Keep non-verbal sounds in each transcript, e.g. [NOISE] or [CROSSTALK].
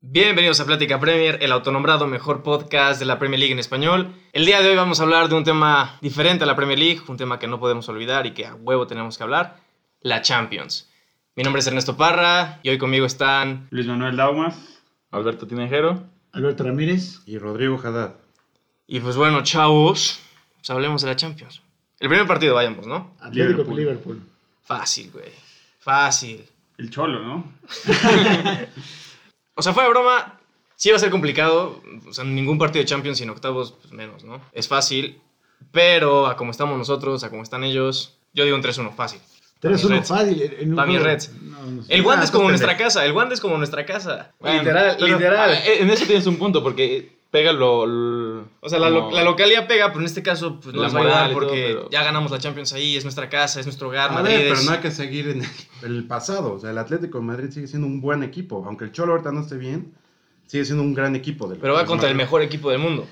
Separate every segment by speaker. Speaker 1: Bienvenidos a Plática Premier, el autonombrado mejor podcast de la Premier League en español. El día de hoy vamos a hablar de un tema diferente a la Premier League, un tema que no podemos olvidar y que a huevo tenemos que hablar, la Champions. Mi nombre es Ernesto Parra y hoy conmigo están...
Speaker 2: Luis Manuel Daumas.
Speaker 3: Alberto Tinejero.
Speaker 4: Alberto Ramírez.
Speaker 5: Y Rodrigo Haddad.
Speaker 1: Y pues bueno, chavos, pues hablemos de la Champions. El primer partido, vayamos, ¿no?
Speaker 4: Atlético Liverpool. Liverpool.
Speaker 1: Fácil, güey. Fácil.
Speaker 2: El cholo, ¿no?
Speaker 1: O sea, fue de broma. Sí va a ser complicado. O sea, ningún partido de Champions sin octavos, pues menos, ¿no? Es fácil. Pero a como estamos nosotros, a como están ellos, yo digo un 3-1 fácil.
Speaker 4: 3-1 fácil. En un-
Speaker 1: Para mí, Reds.
Speaker 4: No, no sé.
Speaker 1: El Wanda es como
Speaker 5: tú
Speaker 1: nuestra casa. El Wanda es como nuestra casa.
Speaker 3: Bueno,
Speaker 1: literal,
Speaker 3: pero,
Speaker 1: literal.
Speaker 3: ah, En eso tienes un punto, porque pega lo. l-
Speaker 1: eh, o sea, la, lo-
Speaker 3: como-
Speaker 1: la localidad pega, pero en este caso pues, no
Speaker 3: La
Speaker 1: nos va a ayudar
Speaker 3: moral y todo,
Speaker 1: porque
Speaker 3: pero-
Speaker 1: ya ganamos la Champions ahí, es nuestra casa, es nuestro hogar,
Speaker 5: A
Speaker 1: Madrid.
Speaker 5: ver, pero
Speaker 1: es-
Speaker 5: no hay que seguir en el pasado. O sea, el Atlético de Madrid sigue siendo un buen equipo. Aunque el Cholo ahorita no esté bien, sigue siendo un gran equipo. Del
Speaker 1: pero va
Speaker 5: del
Speaker 1: contra el
Speaker 5: Madrid.
Speaker 1: mejor equipo del mundo.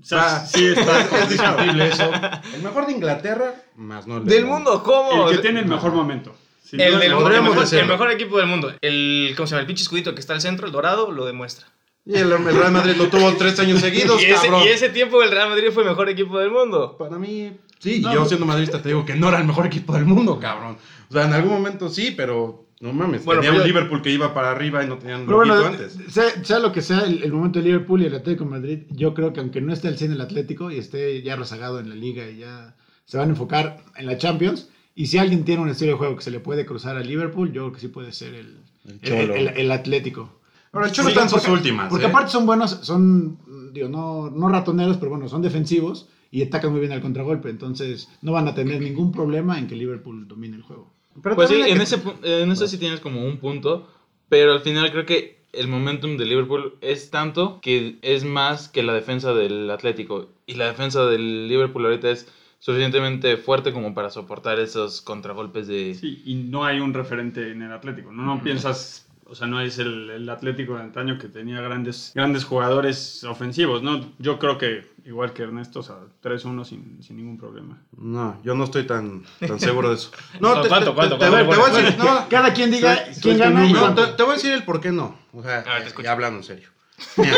Speaker 2: O sea,
Speaker 5: Ah.
Speaker 2: sí, está
Speaker 5: [LAUGHS] Es discutible eso. El mejor de Inglaterra, más no el
Speaker 1: ¿Del mundo? ¿Cómo?
Speaker 2: el que tiene el mejor momento. Sin
Speaker 1: El,
Speaker 2: duda,
Speaker 1: del- el
Speaker 5: Podríamos
Speaker 1: mejor,
Speaker 5: decirlo.
Speaker 1: el mejor equipo del mundo. El, ¿Cómo se llama? El pinche escudito que está al centro, el dorado, lo demuestra.
Speaker 5: Y el, el Real Madrid lo tuvo tres años
Speaker 1: [LAUGHS]
Speaker 5: seguidos,
Speaker 1: Y ese,
Speaker 5: cabrón.
Speaker 1: y ese tiempo el Real Madrid fue el mejor equipo del mundo.
Speaker 5: Para mí, sí,
Speaker 2: No,
Speaker 5: yo
Speaker 2: no.
Speaker 5: siendo madridista te digo que no era el mejor equipo del mundo, cabrón. O sea, en algún momento sí, pero no mames.
Speaker 1: Bueno,
Speaker 5: tenía
Speaker 1: pero
Speaker 5: un
Speaker 1: yo-
Speaker 5: Liverpool que iba para arriba y no tenían
Speaker 4: Pero
Speaker 5: lo
Speaker 4: bueno,
Speaker 5: antes.
Speaker 4: sea, sea lo que sea el, el momento de Liverpool y el Atlético de Madrid, yo creo que aunque no esté al 100 el Atlético y esté ya rezagado en la liga y ya se van a enfocar en la Champions, y si alguien tiene un estilo de juego que se le puede cruzar a Liverpool, yo creo que sí puede ser el,
Speaker 5: El
Speaker 4: el,
Speaker 5: Cholo.
Speaker 4: el- el Atlético.
Speaker 5: Ahora, el Cholo
Speaker 4: Sí,
Speaker 5: está en sus
Speaker 4: porque-
Speaker 5: últimas.
Speaker 4: Porque
Speaker 5: ¿eh?
Speaker 4: aparte son buenos, son, mm, digo, no, no ratoneros, pero bueno, son defensivos y atacan muy bien al contragolpe. Entonces no van a tener ningún problema en que Liverpool domine el juego.
Speaker 5: Pero
Speaker 3: Pues sí,
Speaker 5: también hay
Speaker 3: en,
Speaker 5: que-
Speaker 3: ese, pu- en eso sí tienes como un punto, pero al final creo que el momentum de Liverpool es tanto que es más que la defensa del Atlético. Y la defensa del Liverpool ahorita es suficientemente fuerte como para soportar esos contragolpes de...
Speaker 2: Sí, y no hay un referente en el Atlético. No, no piensas, o sea, no es el, el Atlético de antaño que tenía grandes, grandes jugadores ofensivos, ¿no? Yo creo que, igual que Ernesto, o sea, 3-1 sin, sin ningún problema.
Speaker 5: No, yo no estoy tan, tan seguro
Speaker 1: [LAUGHS]
Speaker 5: de eso. No,
Speaker 1: No,
Speaker 5: te,
Speaker 1: ¿cuánto,
Speaker 5: te-
Speaker 1: cuánto,
Speaker 5: te- te
Speaker 1: cuánto?
Speaker 5: voy- te voy a
Speaker 1: Bueno,
Speaker 5: decir- no,
Speaker 4: Cada quien diga
Speaker 5: Suel-
Speaker 4: quién
Speaker 3: este
Speaker 5: suelta el
Speaker 4: gana y
Speaker 5: número.
Speaker 4: cuánto.
Speaker 5: te, te voy a decir el por qué no. O sea,
Speaker 1: ver, Ah, te escucho.
Speaker 5: ya hablando en
Speaker 3: [LAUGHS]
Speaker 5: serio. Mira,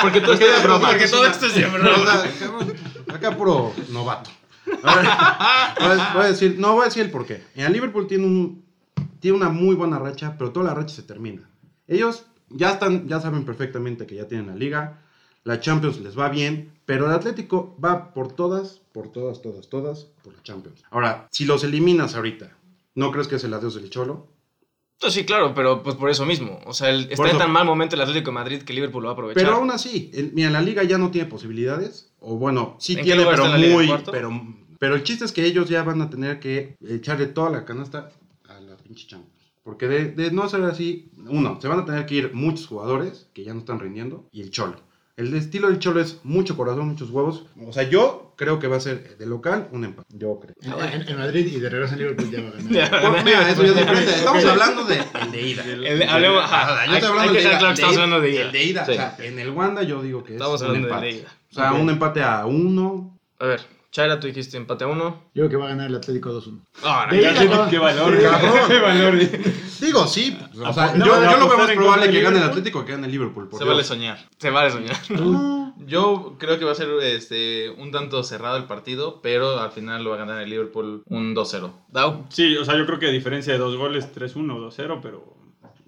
Speaker 3: Porque todo
Speaker 5: Porque-
Speaker 3: está de broma.
Speaker 1: Porque todo esto es de
Speaker 5: o
Speaker 1: broma.
Speaker 5: sea, cabrón, acá puro novato. A ver, voy a- voy a decir, no voy a decir el por qué. Mira, Liverpool tiene, un, tiene una muy buena racha, pero toda la racha se termina. Ellos ya, están, ya saben perfectamente que ya tienen la liga, la Champions les va bien, pero el Atlético va por todas, por todas, todas, todas, por la Champions. Ahora, si los eliminas ahorita, ¿no crees que es el adiós del Cholo?
Speaker 1: Pues sí, claro, pero pues por eso mismo. O sea, el- está
Speaker 5: Por
Speaker 1: en
Speaker 5: eso.
Speaker 1: tan mal momento el Atlético de Madrid que Liverpool lo va a aprovechar. [LAUGHS]
Speaker 5: Pero aún así, el- mira, la liga ya no tiene posibilidades. O bueno, sí
Speaker 1: ¿En qué
Speaker 5: tiene,
Speaker 1: lugar
Speaker 5: pero
Speaker 1: está la liga? ¿En
Speaker 5: muy.
Speaker 1: cuarto?
Speaker 5: Pero, pero el chiste es que ellos ya van a tener que echarle toda la canasta a la pinche Champions. Porque de, de no ser así, uno, se van a tener que ir muchos jugadores que ya no están rindiendo y el Cholo. El estilo del Cholo es mucho corazón, muchos huevos. O sea, yo creo que va a ser de local un empate. Yo creo.
Speaker 4: En, en Madrid y de regreso en Liverpool ya va a ganar.
Speaker 1: Ya, ¿verdad?
Speaker 5: Mira, eso [LAUGHS] ya es diferente. Estamos hablando de, el de ida.
Speaker 1: El- hablemos- ajá,
Speaker 5: Ajá, yo
Speaker 1: hay-
Speaker 5: estoy hablando
Speaker 1: hay que
Speaker 5: de
Speaker 1: dejar
Speaker 5: ida,
Speaker 1: claro que estamos hablando de ida.
Speaker 5: El de ida.
Speaker 3: Sí.
Speaker 5: O sea, en el Wanda yo digo que es
Speaker 1: Estamos
Speaker 5: un
Speaker 1: hablando de
Speaker 5: empate.
Speaker 1: ida.
Speaker 5: O sea,
Speaker 4: Ok.
Speaker 5: un empate a uno.
Speaker 1: A ver, Chaira, tú dijiste empate a uno.
Speaker 4: Yo creo que va a ganar el Atlético 2-1.
Speaker 1: Ah,
Speaker 4: De
Speaker 1: no,
Speaker 4: ida.
Speaker 1: ya-
Speaker 4: cabrón.
Speaker 2: ¡Qué valor! ¡Qué valor!
Speaker 5: Digo, sí. O sea,
Speaker 4: No,
Speaker 5: yo,
Speaker 2: no,
Speaker 5: yo lo veo
Speaker 2: apostar
Speaker 5: más
Speaker 2: en
Speaker 5: probable
Speaker 2: contra
Speaker 5: que
Speaker 2: de
Speaker 5: gane el
Speaker 2: Liverpool.
Speaker 5: Atlético que gane el Liverpool. por
Speaker 3: Se vale
Speaker 5: Dios.
Speaker 3: soñar.
Speaker 1: [LAUGHS] se vale soñar. [LAUGHS]
Speaker 3: Yo creo que va a ser este, un tanto cerrado el partido, pero al final lo va a ganar el Liverpool un 2-0.
Speaker 1: Dau.
Speaker 2: Sí, o sea, yo creo que a diferencia de dos goles, 3-1 o 2-0, pero,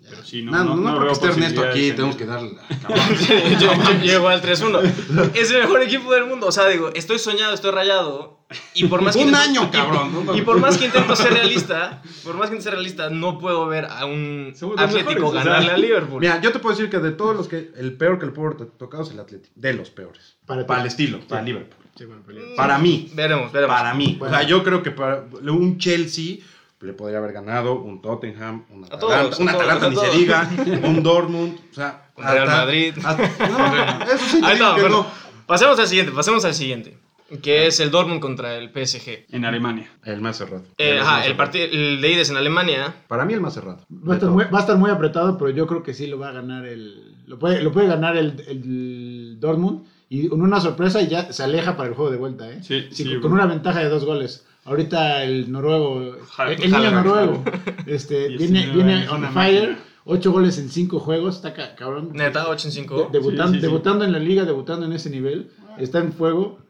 Speaker 2: pero sí, no,
Speaker 5: No, no, no, porque
Speaker 2: veo
Speaker 5: esté Ernesto aquí,
Speaker 2: posibilidades en-
Speaker 5: tenemos que [LAUGHS] darle. la- cabrón.
Speaker 1: yo, yo llego al 3-1. Es el mejor equipo del mundo. O sea, digo, estoy soñado, estoy rayado. Y por más que
Speaker 5: Un
Speaker 1: intento-
Speaker 5: año, cabrón. ¿no?
Speaker 1: Y por más que intento ser realista, por más que intento ser realista, no puedo ver a un
Speaker 2: Somos los
Speaker 1: Atlético
Speaker 2: mejores, o sea.
Speaker 1: ganarle a Liverpool.
Speaker 5: Mira, yo te puedo decir que de todos los que. El peor que el puedo haber tocado es el Atlético. De los peores.
Speaker 4: Para ti.
Speaker 5: Para el estilo, para Liverpool.
Speaker 4: Sí, bueno, para el-
Speaker 5: Para mí.
Speaker 1: Veremos, veremos.
Speaker 5: Para mí.
Speaker 4: Bueno.
Speaker 5: O sea, yo creo que para un Chelsea le podría haber ganado, un Tottenham, un
Speaker 1: A todos,
Speaker 5: Atalanta, un
Speaker 1: a todos,
Speaker 5: Atalanta
Speaker 1: a
Speaker 5: ni
Speaker 1: todos.
Speaker 5: se diga, un Dortmund, o sea,
Speaker 1: Un Real Madrid. [LAUGHS]
Speaker 5: hasta- no, eso sí te
Speaker 1: Ahí
Speaker 5: digo
Speaker 1: está,
Speaker 5: que
Speaker 1: bueno,
Speaker 5: no.
Speaker 1: Pasemos al siguiente, pasemos al siguiente. Que es el Dortmund contra el PSG.
Speaker 2: En Alemania.
Speaker 5: El más cerrado.
Speaker 1: Eh,
Speaker 5: los
Speaker 1: ajá,
Speaker 5: más
Speaker 1: el,
Speaker 5: cerrados.
Speaker 1: partido el de ides en Alemania.
Speaker 5: Para mí el más cerrado.
Speaker 4: Va a, estar muy, va a estar muy apretado, pero yo creo que sí lo va a ganar el. Lo puede, lo puede ganar el, el Dortmund. Y con una sorpresa y ya se aleja para el juego de vuelta, ¿eh?
Speaker 2: Sí, sí,
Speaker 4: con,
Speaker 2: güey.
Speaker 4: con una ventaja de dos goles. Ahorita el noruego,
Speaker 2: Ja-
Speaker 4: el, el niño
Speaker 2: Haaland.
Speaker 4: noruego, este, viene,
Speaker 2: 19 [LAUGHS]
Speaker 4: viene
Speaker 2: años,
Speaker 4: on
Speaker 2: una
Speaker 4: fire.
Speaker 2: máquina.
Speaker 4: Ocho goles en cinco juegos, está ca- cabrón.
Speaker 1: Neta, 8 en
Speaker 4: De-
Speaker 1: 5.
Speaker 4: debutan-
Speaker 2: Sí, sí, sí.
Speaker 4: Debutando en la liga, debutando en ese nivel, está en fuego.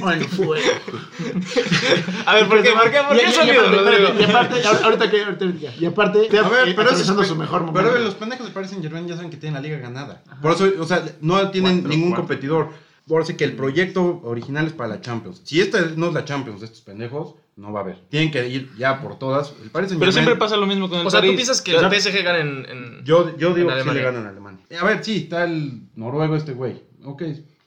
Speaker 4: Bueno, fuego.
Speaker 1: A ver, ¿por qué? ¿Por qué? ¿Por
Speaker 4: Y-
Speaker 1: qué
Speaker 4: y- y
Speaker 1: sonido,
Speaker 4: aparte-
Speaker 1: Rodrigo?
Speaker 4: Y aparte, ahor- ahorita que ahorita ya. Y aparte,
Speaker 5: A ver,
Speaker 4: eh,
Speaker 5: pero
Speaker 4: atravesando
Speaker 5: esos-
Speaker 4: su mejor momento.
Speaker 5: Pero los pendejos de Paris Saint Germain ya saben que tienen la liga ganada. Por eso, o sea, no tienen
Speaker 2: Cuatro,
Speaker 5: ningún
Speaker 2: cuatro.
Speaker 5: competidor. Por eso que el proyecto original es para la Champions. Si esta no es la Champions de estos pendejos, no va a haber. Tienen que ir ya por todas. El Paris Saint
Speaker 3: Pero siempre
Speaker 5: Germain.
Speaker 3: pasa lo mismo con el
Speaker 1: O sea, ¿tú
Speaker 3: París.
Speaker 1: piensas que el PSG gana en, en-
Speaker 5: Yo, yo digo
Speaker 1: En
Speaker 5: que sí le
Speaker 1: Alemania.
Speaker 5: ganan a Alemania. A ver, sí, está el noruego este güey. Ok.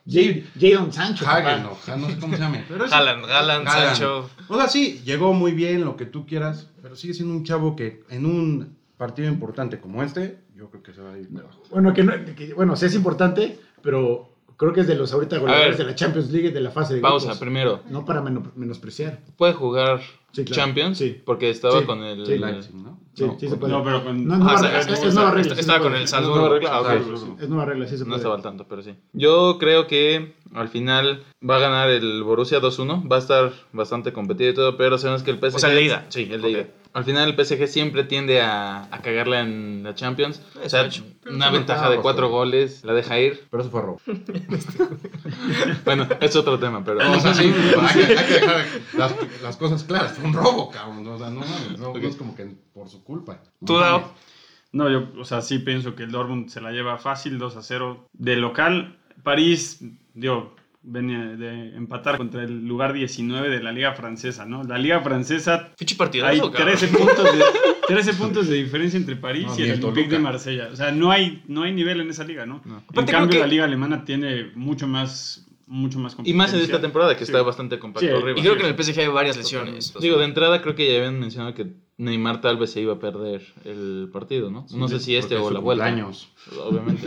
Speaker 4: Jadon- Jadon Sancho.
Speaker 5: Hagen,
Speaker 4: papá.
Speaker 5: o Hagen, no sé cómo se llama. Pero es-
Speaker 1: Haaland, Haaland,
Speaker 5: Haaland.
Speaker 1: Sancho?
Speaker 5: O sea, sí, llegó muy bien, lo que tú quieras, pero sigue siendo un chavo que en un partido importante como este, yo creo que se va a ir. para abajo.
Speaker 4: Bueno, que no, que- bueno, sí es importante, pero creo que es de los ahorita goleadores
Speaker 3: ver.
Speaker 4: de la Champions League y de la fase de
Speaker 3: Pausa,
Speaker 4: grupos.
Speaker 3: primero.
Speaker 4: No para meno- menospreciar.
Speaker 3: ¿Puede jugar
Speaker 4: Sí, claro.
Speaker 3: Champions?
Speaker 4: Sí.
Speaker 3: Porque estaba
Speaker 4: Sí,
Speaker 3: con el...
Speaker 4: sí.
Speaker 5: Leipzig, ¿no?
Speaker 4: Sí,
Speaker 3: No,
Speaker 4: sí se puede.
Speaker 2: No, pero con.
Speaker 4: No, no,
Speaker 1: Ah,
Speaker 4: va-
Speaker 1: o sea,
Speaker 4: es-
Speaker 1: es-
Speaker 4: es nueva regla. sí
Speaker 1: estaba
Speaker 4: se
Speaker 1: con el
Speaker 4: puede.
Speaker 3: No,
Speaker 1: Salzburgo.
Speaker 3: no, regla- ah, ok.
Speaker 2: Salzburgo.
Speaker 4: Es nueva regla, sí se
Speaker 3: No
Speaker 4: puede.
Speaker 3: estaba al tanto, pero sí. Yo creo que al final va a ganar el Borussia 2-1. Va a estar bastante competido y todo, pero sabemos que el PSG...
Speaker 1: O sea, el de ida.
Speaker 3: Sí, el de
Speaker 1: Ok.
Speaker 3: ida. Al final el PSG siempre tiende a, a cagarla en la Champions. O sea,
Speaker 1: Eso,
Speaker 3: una ventaja de cuatro goles la deja ir.
Speaker 5: Pero eso fue robo.
Speaker 3: Bueno, es otro tema,
Speaker 1: [LAUGHS]
Speaker 3: pero...
Speaker 5: [LAUGHS] O sea, sí, hay que, hay que dejar las, las cosas claras. Fue un robo, cabrón. O sea, no mames, no, no es como que por su culpa.
Speaker 1: ¿Tú, Dao?
Speaker 2: No, yo, o sea, sí pienso que el Dortmund se la lleva fácil 2 a 0 de local. París, digo, venía de empatar contra el lugar 19 de la Liga Francesa, ¿no? La Liga Francesa
Speaker 1: Fichi
Speaker 2: hay
Speaker 1: partidazo, cabrón. [LAUGHS]
Speaker 2: 13 puntos, de, 13 puntos de diferencia entre París
Speaker 5: No,
Speaker 2: y
Speaker 5: ni el
Speaker 2: el Olympique
Speaker 5: Toluca.
Speaker 2: de Marsella. O sea, no hay, no hay nivel en esa liga, ¿no?
Speaker 3: No.
Speaker 2: En
Speaker 1: Aparte, creo
Speaker 2: cambio,
Speaker 1: que-
Speaker 2: la liga alemana tiene mucho más, mucho más
Speaker 3: Y más en
Speaker 2: competencia.
Speaker 3: esta temporada que
Speaker 2: Sí.
Speaker 3: está bastante
Speaker 2: Sí,
Speaker 3: compacto arriba.
Speaker 1: Y creo que en el PSG hay varias lesiones.
Speaker 3: Digo, de entrada creo que ya habían mencionado que Neymar tal vez se iba a perder el partido, ¿no? No sé si este o la vuelta.
Speaker 5: Años. [LAUGHS]
Speaker 3: Obviamente.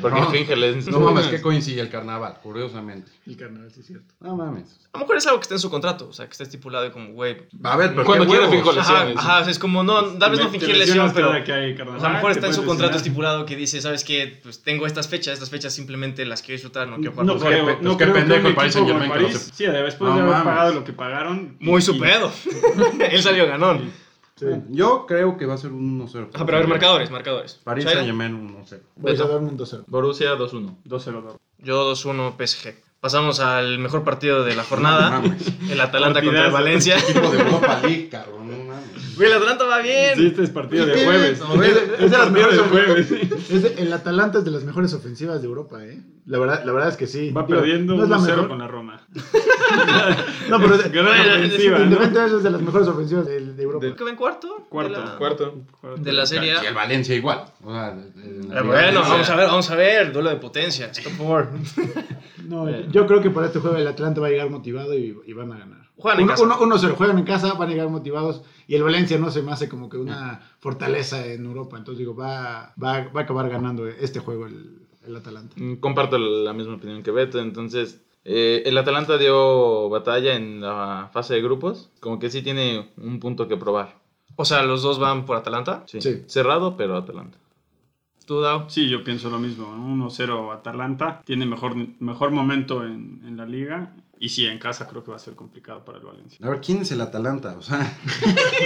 Speaker 3: Porque
Speaker 5: No.
Speaker 3: fíjales.
Speaker 5: No mames, que coincide el carnaval, curiosamente.
Speaker 4: El carnaval, sí es cierto.
Speaker 5: No mames.
Speaker 1: A lo mejor es algo que está en su contrato, o sea, que está estipulado y como, güey.
Speaker 5: A ver, pero
Speaker 3: Cuando
Speaker 5: qué
Speaker 3: quiera
Speaker 5: huevos.
Speaker 3: fijo lesiones.
Speaker 1: Ajá, ajá, o sea, es como, no, tal vez no
Speaker 2: Te
Speaker 1: fingir lesión,
Speaker 2: lesionas
Speaker 1: pero.
Speaker 2: cada que hay
Speaker 1: o
Speaker 2: carnaval,
Speaker 1: sea, a lo mejor
Speaker 2: Ah, te
Speaker 1: está en su
Speaker 2: puedes
Speaker 1: contrato
Speaker 2: lesionar.
Speaker 1: estipulado que dice, ¿sabes qué? Pues tengo estas fechas, estas fechas simplemente las quiero disfrutar, no quiero jugar.
Speaker 2: No
Speaker 1: fútbol".
Speaker 2: creo,
Speaker 5: pues
Speaker 2: no
Speaker 5: qué
Speaker 2: creo que
Speaker 5: pendejo
Speaker 2: un
Speaker 5: el Paris
Speaker 2: equipo
Speaker 5: Saint-Germain
Speaker 2: como
Speaker 5: que no
Speaker 2: París-
Speaker 5: se-
Speaker 2: Sí, después
Speaker 5: No
Speaker 2: de haber
Speaker 5: mames.
Speaker 2: pagado lo que pagaron.
Speaker 1: Muy su
Speaker 2: y-
Speaker 1: pedo. [LAUGHS] Él salió ganón.
Speaker 4: Sí.
Speaker 5: Ah, Yo creo que va a ser un 1-0.
Speaker 1: Ajá, Ah, pero a ver, marcadores, marcadores.
Speaker 5: París
Speaker 1: Shaira.
Speaker 5: Saint Germain 1-0.
Speaker 4: Voy a dar un 2-0.
Speaker 3: Borussia 2-1.
Speaker 2: 2-0.
Speaker 1: Yo 2-1 PSG. Pasamos al mejor partido de la
Speaker 2: Ah,
Speaker 1: jornada.
Speaker 5: Mames.
Speaker 1: El Atalanta contra el
Speaker 2: Partidazo. [LAUGHS]
Speaker 1: Valencia.
Speaker 5: Tipo de Europa League, cabrón. No mames.
Speaker 1: Güey, el Atalanta va bien.
Speaker 2: Sí, este es partido de
Speaker 5: Sí,
Speaker 2: jueves.
Speaker 5: no, es- es de
Speaker 2: Es
Speaker 5: las
Speaker 2: partido de
Speaker 5: mejores
Speaker 2: jueves.
Speaker 4: Es de- el Atalanta es de las mejores ofensivas de Europa, ¿eh? La verdad, la verdad es que
Speaker 2: [LAUGHS]
Speaker 4: sí.
Speaker 2: Va
Speaker 4: Digo,
Speaker 2: perdiendo
Speaker 4: no es la
Speaker 2: 1-0
Speaker 4: mejor-
Speaker 2: con la Roma. [LAUGHS]
Speaker 4: No, pero de-
Speaker 2: Gran
Speaker 1: Bueno,
Speaker 2: ofensiva, ¿no?
Speaker 4: independientemente es de las mejores ofensivas de, de Europa.
Speaker 1: ¿Qué ven cuarto?
Speaker 2: Cuarto,
Speaker 1: De la,
Speaker 3: Cuarto.
Speaker 1: de la serie. A.
Speaker 5: Y el Valencia igual. O sea, en la
Speaker 1: Eh,
Speaker 5: Liga
Speaker 1: bueno,
Speaker 5: Valencia.
Speaker 1: vamos a ver, vamos a ver. Duelo de potencias. Por favor.
Speaker 4: [LAUGHS] No, yo creo que para este juego el Atlanta va a llegar motivado y, y van a ganar.
Speaker 1: Juegan en
Speaker 4: Uno-
Speaker 1: casa.
Speaker 4: uno- uno se lo juegan en casa, van a llegar motivados y el Valencia no se me hace como que una fortaleza en Europa. Entonces digo, va, va, va a acabar ganando este juego el, el Atalanta.
Speaker 3: Mm, Comparto la misma opinión que Beto. Entonces, eh, el Atalanta dio batalla en la fase de grupos. Como que sí tiene un punto que probar.
Speaker 1: O sea, los dos van por Atalanta.
Speaker 3: Sí.
Speaker 4: Sí.
Speaker 3: Cerrado, pero Atalanta.
Speaker 1: Tú, Dao.
Speaker 2: Sí, yo pienso lo mismo. ¿no? 1-0 Atalanta. Tiene mejor, mejor momento en, en la liga. Y sí, en casa creo que va a ser complicado para el
Speaker 5: [LAUGHS]
Speaker 2: Valencia.
Speaker 5: A ver, ¿quién es el Atalanta? O sea,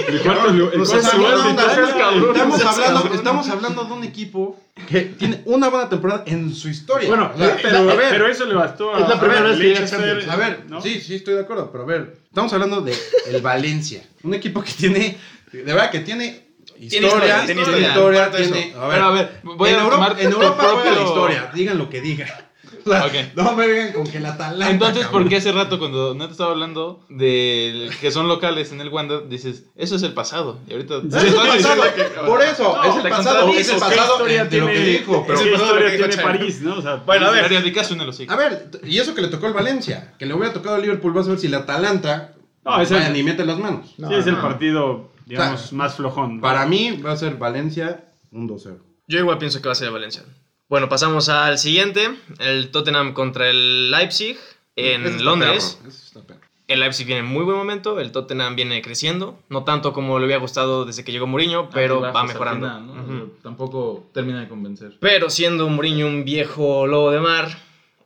Speaker 2: El cuarto, lu- el
Speaker 5: o sea,
Speaker 2: cuarto
Speaker 5: no,
Speaker 2: lugar
Speaker 5: no,
Speaker 2: de
Speaker 5: no,
Speaker 2: Italia.
Speaker 5: no, estamos, hablando, estamos hablando de un equipo que tiene una buena temporada en su historia.
Speaker 4: Bueno,
Speaker 5: O sea,
Speaker 4: pero-
Speaker 5: a ver,
Speaker 2: Pero eso le bastó a.
Speaker 4: Es la primera
Speaker 2: a
Speaker 4: vez que llega
Speaker 2: Leicester,
Speaker 4: Champions.
Speaker 5: Ah, a ver,
Speaker 2: ¿no?
Speaker 5: sí, sí, estoy de acuerdo, pero a ver, estamos hablando de el Valencia, un equipo que tiene, de verdad, que tiene
Speaker 1: Tiene
Speaker 5: historia,
Speaker 1: historia, tiene
Speaker 5: tiene
Speaker 1: historia,
Speaker 5: historia,
Speaker 1: comparto eso.
Speaker 5: tiene- a ver,
Speaker 3: Pero a ver, voy
Speaker 5: en,
Speaker 3: a
Speaker 5: Europa,
Speaker 3: retomar
Speaker 5: en
Speaker 3: tu
Speaker 5: Europa juega la
Speaker 3: propio-
Speaker 5: historia, digan lo que digan. O sea,
Speaker 3: Ok.
Speaker 5: No me vengan con que la Atalanta.
Speaker 3: [LAUGHS] Entonces,
Speaker 5: cabrón.
Speaker 3: ¿por qué hace rato cuando Neto estaba hablando de que son locales en el Wanda, dices, eso es el pasado?
Speaker 1: [LAUGHS]
Speaker 3: Y ahorita... "Ah,
Speaker 5: Es el pasado, por eso,
Speaker 1: No,
Speaker 5: es el
Speaker 1: te
Speaker 5: pasado, es
Speaker 1: contradices,
Speaker 5: el
Speaker 1: ¿qué
Speaker 5: pasado de, de lo que
Speaker 2: tiene-
Speaker 5: dijo, pero
Speaker 2: ¿Qué
Speaker 1: Sí. pasado lo
Speaker 2: historia
Speaker 1: que dijo
Speaker 2: tiene
Speaker 1: Xavi.
Speaker 2: París, no? O sea,
Speaker 1: Bueno, a ver.
Speaker 3: Periódicas uno los
Speaker 5: A ver, t- y eso que le tocó el Valencia, que le hubiera tocado el Liverpool, vas a ver si la Atalanta
Speaker 2: No, es el-
Speaker 5: vaya, ni mete las manos.
Speaker 4: No,
Speaker 2: sí, es el
Speaker 4: no.
Speaker 2: partido, digamos,
Speaker 5: O sea,
Speaker 2: más flojón.
Speaker 5: Para mí va a ser Valencia un 2-0.
Speaker 1: Yo igual pienso que va a ser el Valencia. Bueno, pasamos al siguiente. El Tottenham contra el Leipzig en
Speaker 5: Ese está
Speaker 1: Londres.
Speaker 5: perro, ese está perro.
Speaker 1: El Leipzig viene en muy buen momento, el Tottenham viene creciendo, no tanto como le había gustado desde que llegó
Speaker 3: Ah,
Speaker 1: Mourinho, pero va mejorando. Ujú.
Speaker 3: Tampoco termina de convencer.
Speaker 1: Pero siendo Mourinho un viejo lobo de mar,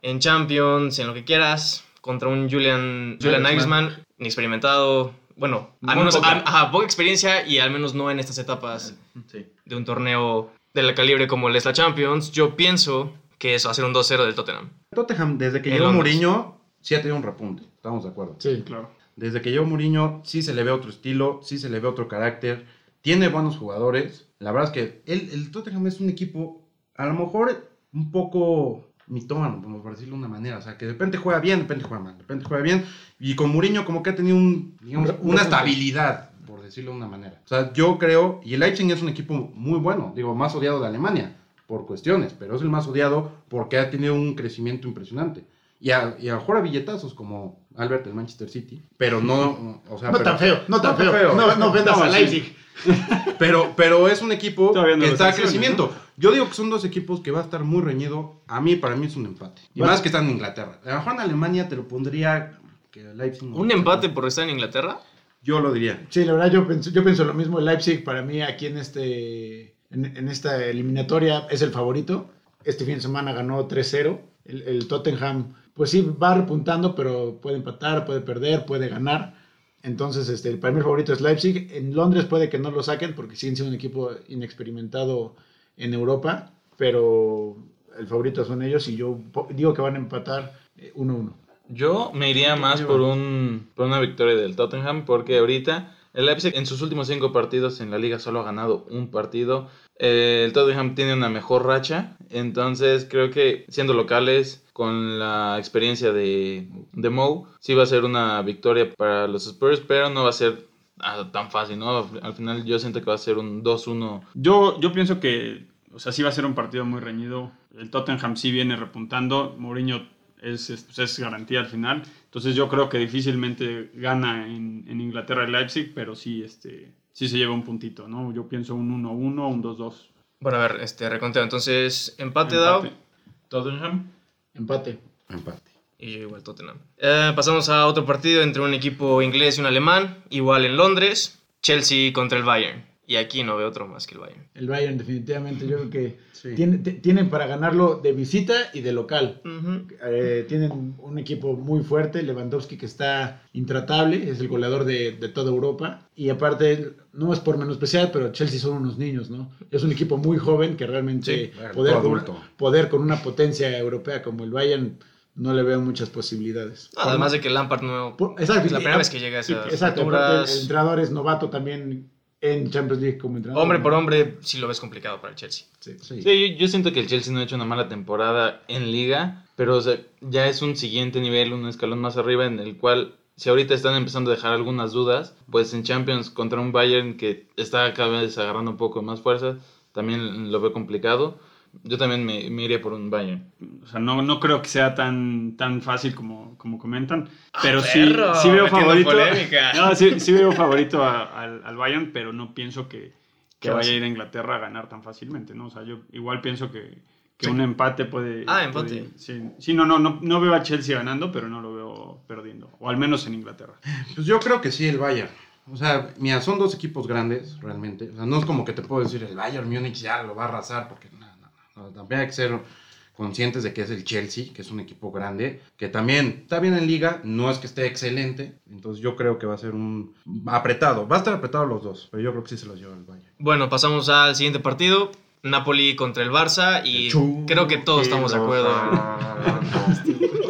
Speaker 1: en Champions, en lo que quieras, contra un Julian, Julian
Speaker 3: Nagelsmann.
Speaker 1: Nagelsmann, inexperimentado, bueno, al
Speaker 3: Muy
Speaker 1: menos
Speaker 3: poca.
Speaker 1: a- ajá, poca experiencia y al menos no en estas etapas
Speaker 3: Sí.
Speaker 1: de un torneo de la calibre como el es la Champions, yo pienso que eso va a ser un 2-0 del Tottenham.
Speaker 5: Tottenham, desde que
Speaker 1: En
Speaker 5: llegó
Speaker 1: Londres.
Speaker 5: Mourinho, sí ha tenido un repunte. Estamos de acuerdo.
Speaker 4: Sí,
Speaker 2: Claro.
Speaker 5: Desde que llegó Mourinho, sí se le ve otro estilo, sí se le ve otro carácter. Tiene buenos jugadores. La verdad es que el, el Tottenham es un equipo, a lo mejor un poco mitómano, como por decirlo de una manera. O sea, que de repente juega bien, de repente juega mal, de repente juega bien. Y con Mourinho, como que ha tenido un, digamos,
Speaker 4: Un re- un
Speaker 5: una
Speaker 4: repunte.
Speaker 5: estabilidad, por decirlo de una manera. O sea, yo creo, y el Leipzig es un equipo muy bueno, digo, más odiado de Alemania, por cuestiones, pero es el más odiado porque ha tenido un crecimiento impresionante. Y a, y a lo mejor a billetazos como Albert del Manchester City, pero no, o sea,
Speaker 4: No
Speaker 5: pero,
Speaker 4: tan feo, no tan
Speaker 5: No tan
Speaker 4: feo.
Speaker 5: feo.
Speaker 4: No, no vendas
Speaker 5: No,
Speaker 4: a
Speaker 5: sí.
Speaker 4: Leipzig.
Speaker 5: pero, pero es un equipo
Speaker 2: Está viendo
Speaker 5: que
Speaker 2: las
Speaker 5: está en
Speaker 2: acciones,
Speaker 5: crecimiento. Yo digo que son dos equipos que va a estar muy reñido. A mí, para mí es un empate. Y
Speaker 4: Bueno.
Speaker 5: más que están en Inglaterra. A lo mejor en Alemania te lo pondría que Leipzig. no-
Speaker 1: ¿Un empate por estar en Inglaterra?
Speaker 5: Yo lo diría.
Speaker 4: Sí, la verdad yo pienso, yo pienso lo mismo. El Leipzig para mí aquí en, este, en, en esta eliminatoria es el favorito. Este fin de semana ganó 3-0. El, el Tottenham, pues sí, va repuntando, pero puede empatar, puede perder, puede ganar. Entonces, este, para mí el favorito es Leipzig. En Londres puede que no lo saquen porque siguen siendo un equipo inexperimentado en Europa, pero el favorito son ellos y yo po- digo que van a empatar eh, 1-1.
Speaker 3: Yo me iría más por, un, por una victoria del Tottenham porque ahorita el Leipzig en sus últimos cinco partidos en la liga solo ha ganado un partido. Eh, El Tottenham tiene una mejor racha, entonces creo que siendo locales con la experiencia de, de Mou, sí va a ser una victoria para los Spurs, pero no va a ser ah, tan fácil, ¿no? Al final yo siento que va a ser un 2-1.
Speaker 2: Yo, yo pienso que, o sea, sí va a ser un partido muy reñido. El Tottenham sí viene repuntando. Mourinho es, es, pues, es garantía al final. Entonces yo creo que difícilmente gana en, en Inglaterra el Leipzig, pero sí, este, sí se lleva un puntito, ¿no? Yo pienso un 1-1, un 2-2.
Speaker 1: Bueno, a ver, este reconteo. Entonces, empate, dado
Speaker 2: Empate.
Speaker 3: Tottenham.
Speaker 4: Empate.
Speaker 5: Empate.
Speaker 1: y yo igual Tottenham. Eh, pasamos a otro partido entre un equipo inglés y un alemán, igual en Londres, Chelsea contra el Bayern. Y aquí no veo otro más que el Bayern.
Speaker 4: El Bayern definitivamente yo creo que
Speaker 5: Sí.
Speaker 4: tiene- te- tienen para ganarlo de visita y de local.
Speaker 1: Ujú.
Speaker 4: Eh, tienen un equipo muy fuerte, Lewandowski que está intratable, es el goleador de, de toda Europa. Y aparte, no es por menospreciar, pero Chelsea son unos niños, ¿no? Es un equipo muy joven que realmente
Speaker 5: Sí, claro,
Speaker 4: poder,
Speaker 5: todo
Speaker 4: con,
Speaker 5: adulto.
Speaker 4: poder con una potencia europea como el Bayern no le veo muchas posibilidades.
Speaker 1: No, además de que Lampard no
Speaker 4: Por- exacto,
Speaker 1: es la
Speaker 4: y-
Speaker 1: primera vez que llega a
Speaker 4: y-
Speaker 1: esas
Speaker 4: Exacto, aparte, el
Speaker 1: alturas.
Speaker 4: entrenador es novato también en Champions League como entrenador.
Speaker 1: Hombre por hombre, sí lo ves complicado para el Chelsea.
Speaker 4: Sí.
Speaker 3: Sí, yo, yo siento que el Chelsea no ha hecho una mala temporada en liga, pero o sea, ya es un siguiente nivel, un escalón más arriba en el cual si ahorita están empezando a dejar algunas dudas, pues en Champions contra un Bayern que está cada vez agarrando un poco más fuerza, también lo veo complicado. Yo también me, me iría por un Bayern.
Speaker 2: O sea, no, no creo que sea tan, tan fácil como, como comentan. Pero sí,
Speaker 1: Ah, perro!
Speaker 2: sí veo
Speaker 1: Metiendo
Speaker 2: favorito.
Speaker 1: polémica.
Speaker 2: [LAUGHS] No, sí, sí veo favorito a- al, al Bayern, pero no pienso que, que
Speaker 1: ¿Qué va a
Speaker 2: vaya a
Speaker 1: ser?
Speaker 2: ir a Inglaterra a ganar tan fácilmente, ¿no? O sea, yo igual pienso que, que un empate puede.
Speaker 1: Ah,
Speaker 2: puede-
Speaker 1: empate.
Speaker 2: sí, sí, no, no, no, no veo a Chelsea ganando, pero no lo veo perdiendo. O al menos en Inglaterra.
Speaker 5: Pues yo creo que sí, el Bayern. O sea, mira, son dos equipos grandes, realmente. O sea, no es como que te puedo decir el Bayern Múnich ya lo va a arrasar, porque no, no, no. También hay que ser conscientes de que es el Chelsea, que es un equipo grande, que también está bien en liga, no es que esté excelente. Entonces yo creo que va a ser un apretado. Va a estar apretado los dos, pero yo creo que sí se los lleva el Bayern.
Speaker 1: Bueno, pasamos al siguiente partido. Napoli contra el Barça y creo que todos estamos de acuerdo.
Speaker 4: [LAUGHS]